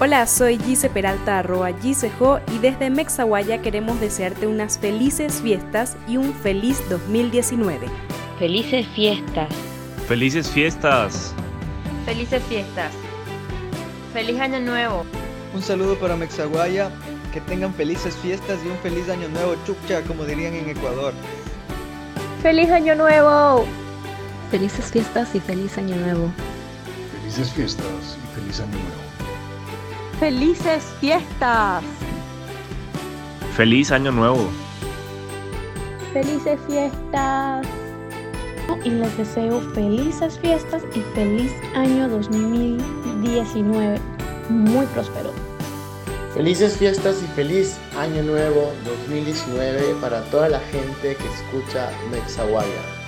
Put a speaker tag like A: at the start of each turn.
A: Hola, soy Gise Peralta arroba Gisejo y desde Mexaguaya queremos desearte unas felices fiestas y un feliz 2019.
B: Felices fiestas.
C: Felices fiestas.
D: Felices fiestas. Feliz año nuevo.
E: Un saludo para Mexaguaya, que tengan felices fiestas y un feliz año nuevo, chucha, como dirían en Ecuador.
F: ¡Feliz año nuevo!
G: Felices fiestas y feliz año nuevo.
H: Felices fiestas y feliz año nuevo.
F: ¡Felices fiestas!
C: ¡Feliz año nuevo!
F: ¡Felices fiestas!
I: Y les deseo felices fiestas y feliz año 2019. Muy próspero.
J: Felices fiestas y feliz año nuevo 2019 para toda la gente que escucha Mexaguaya.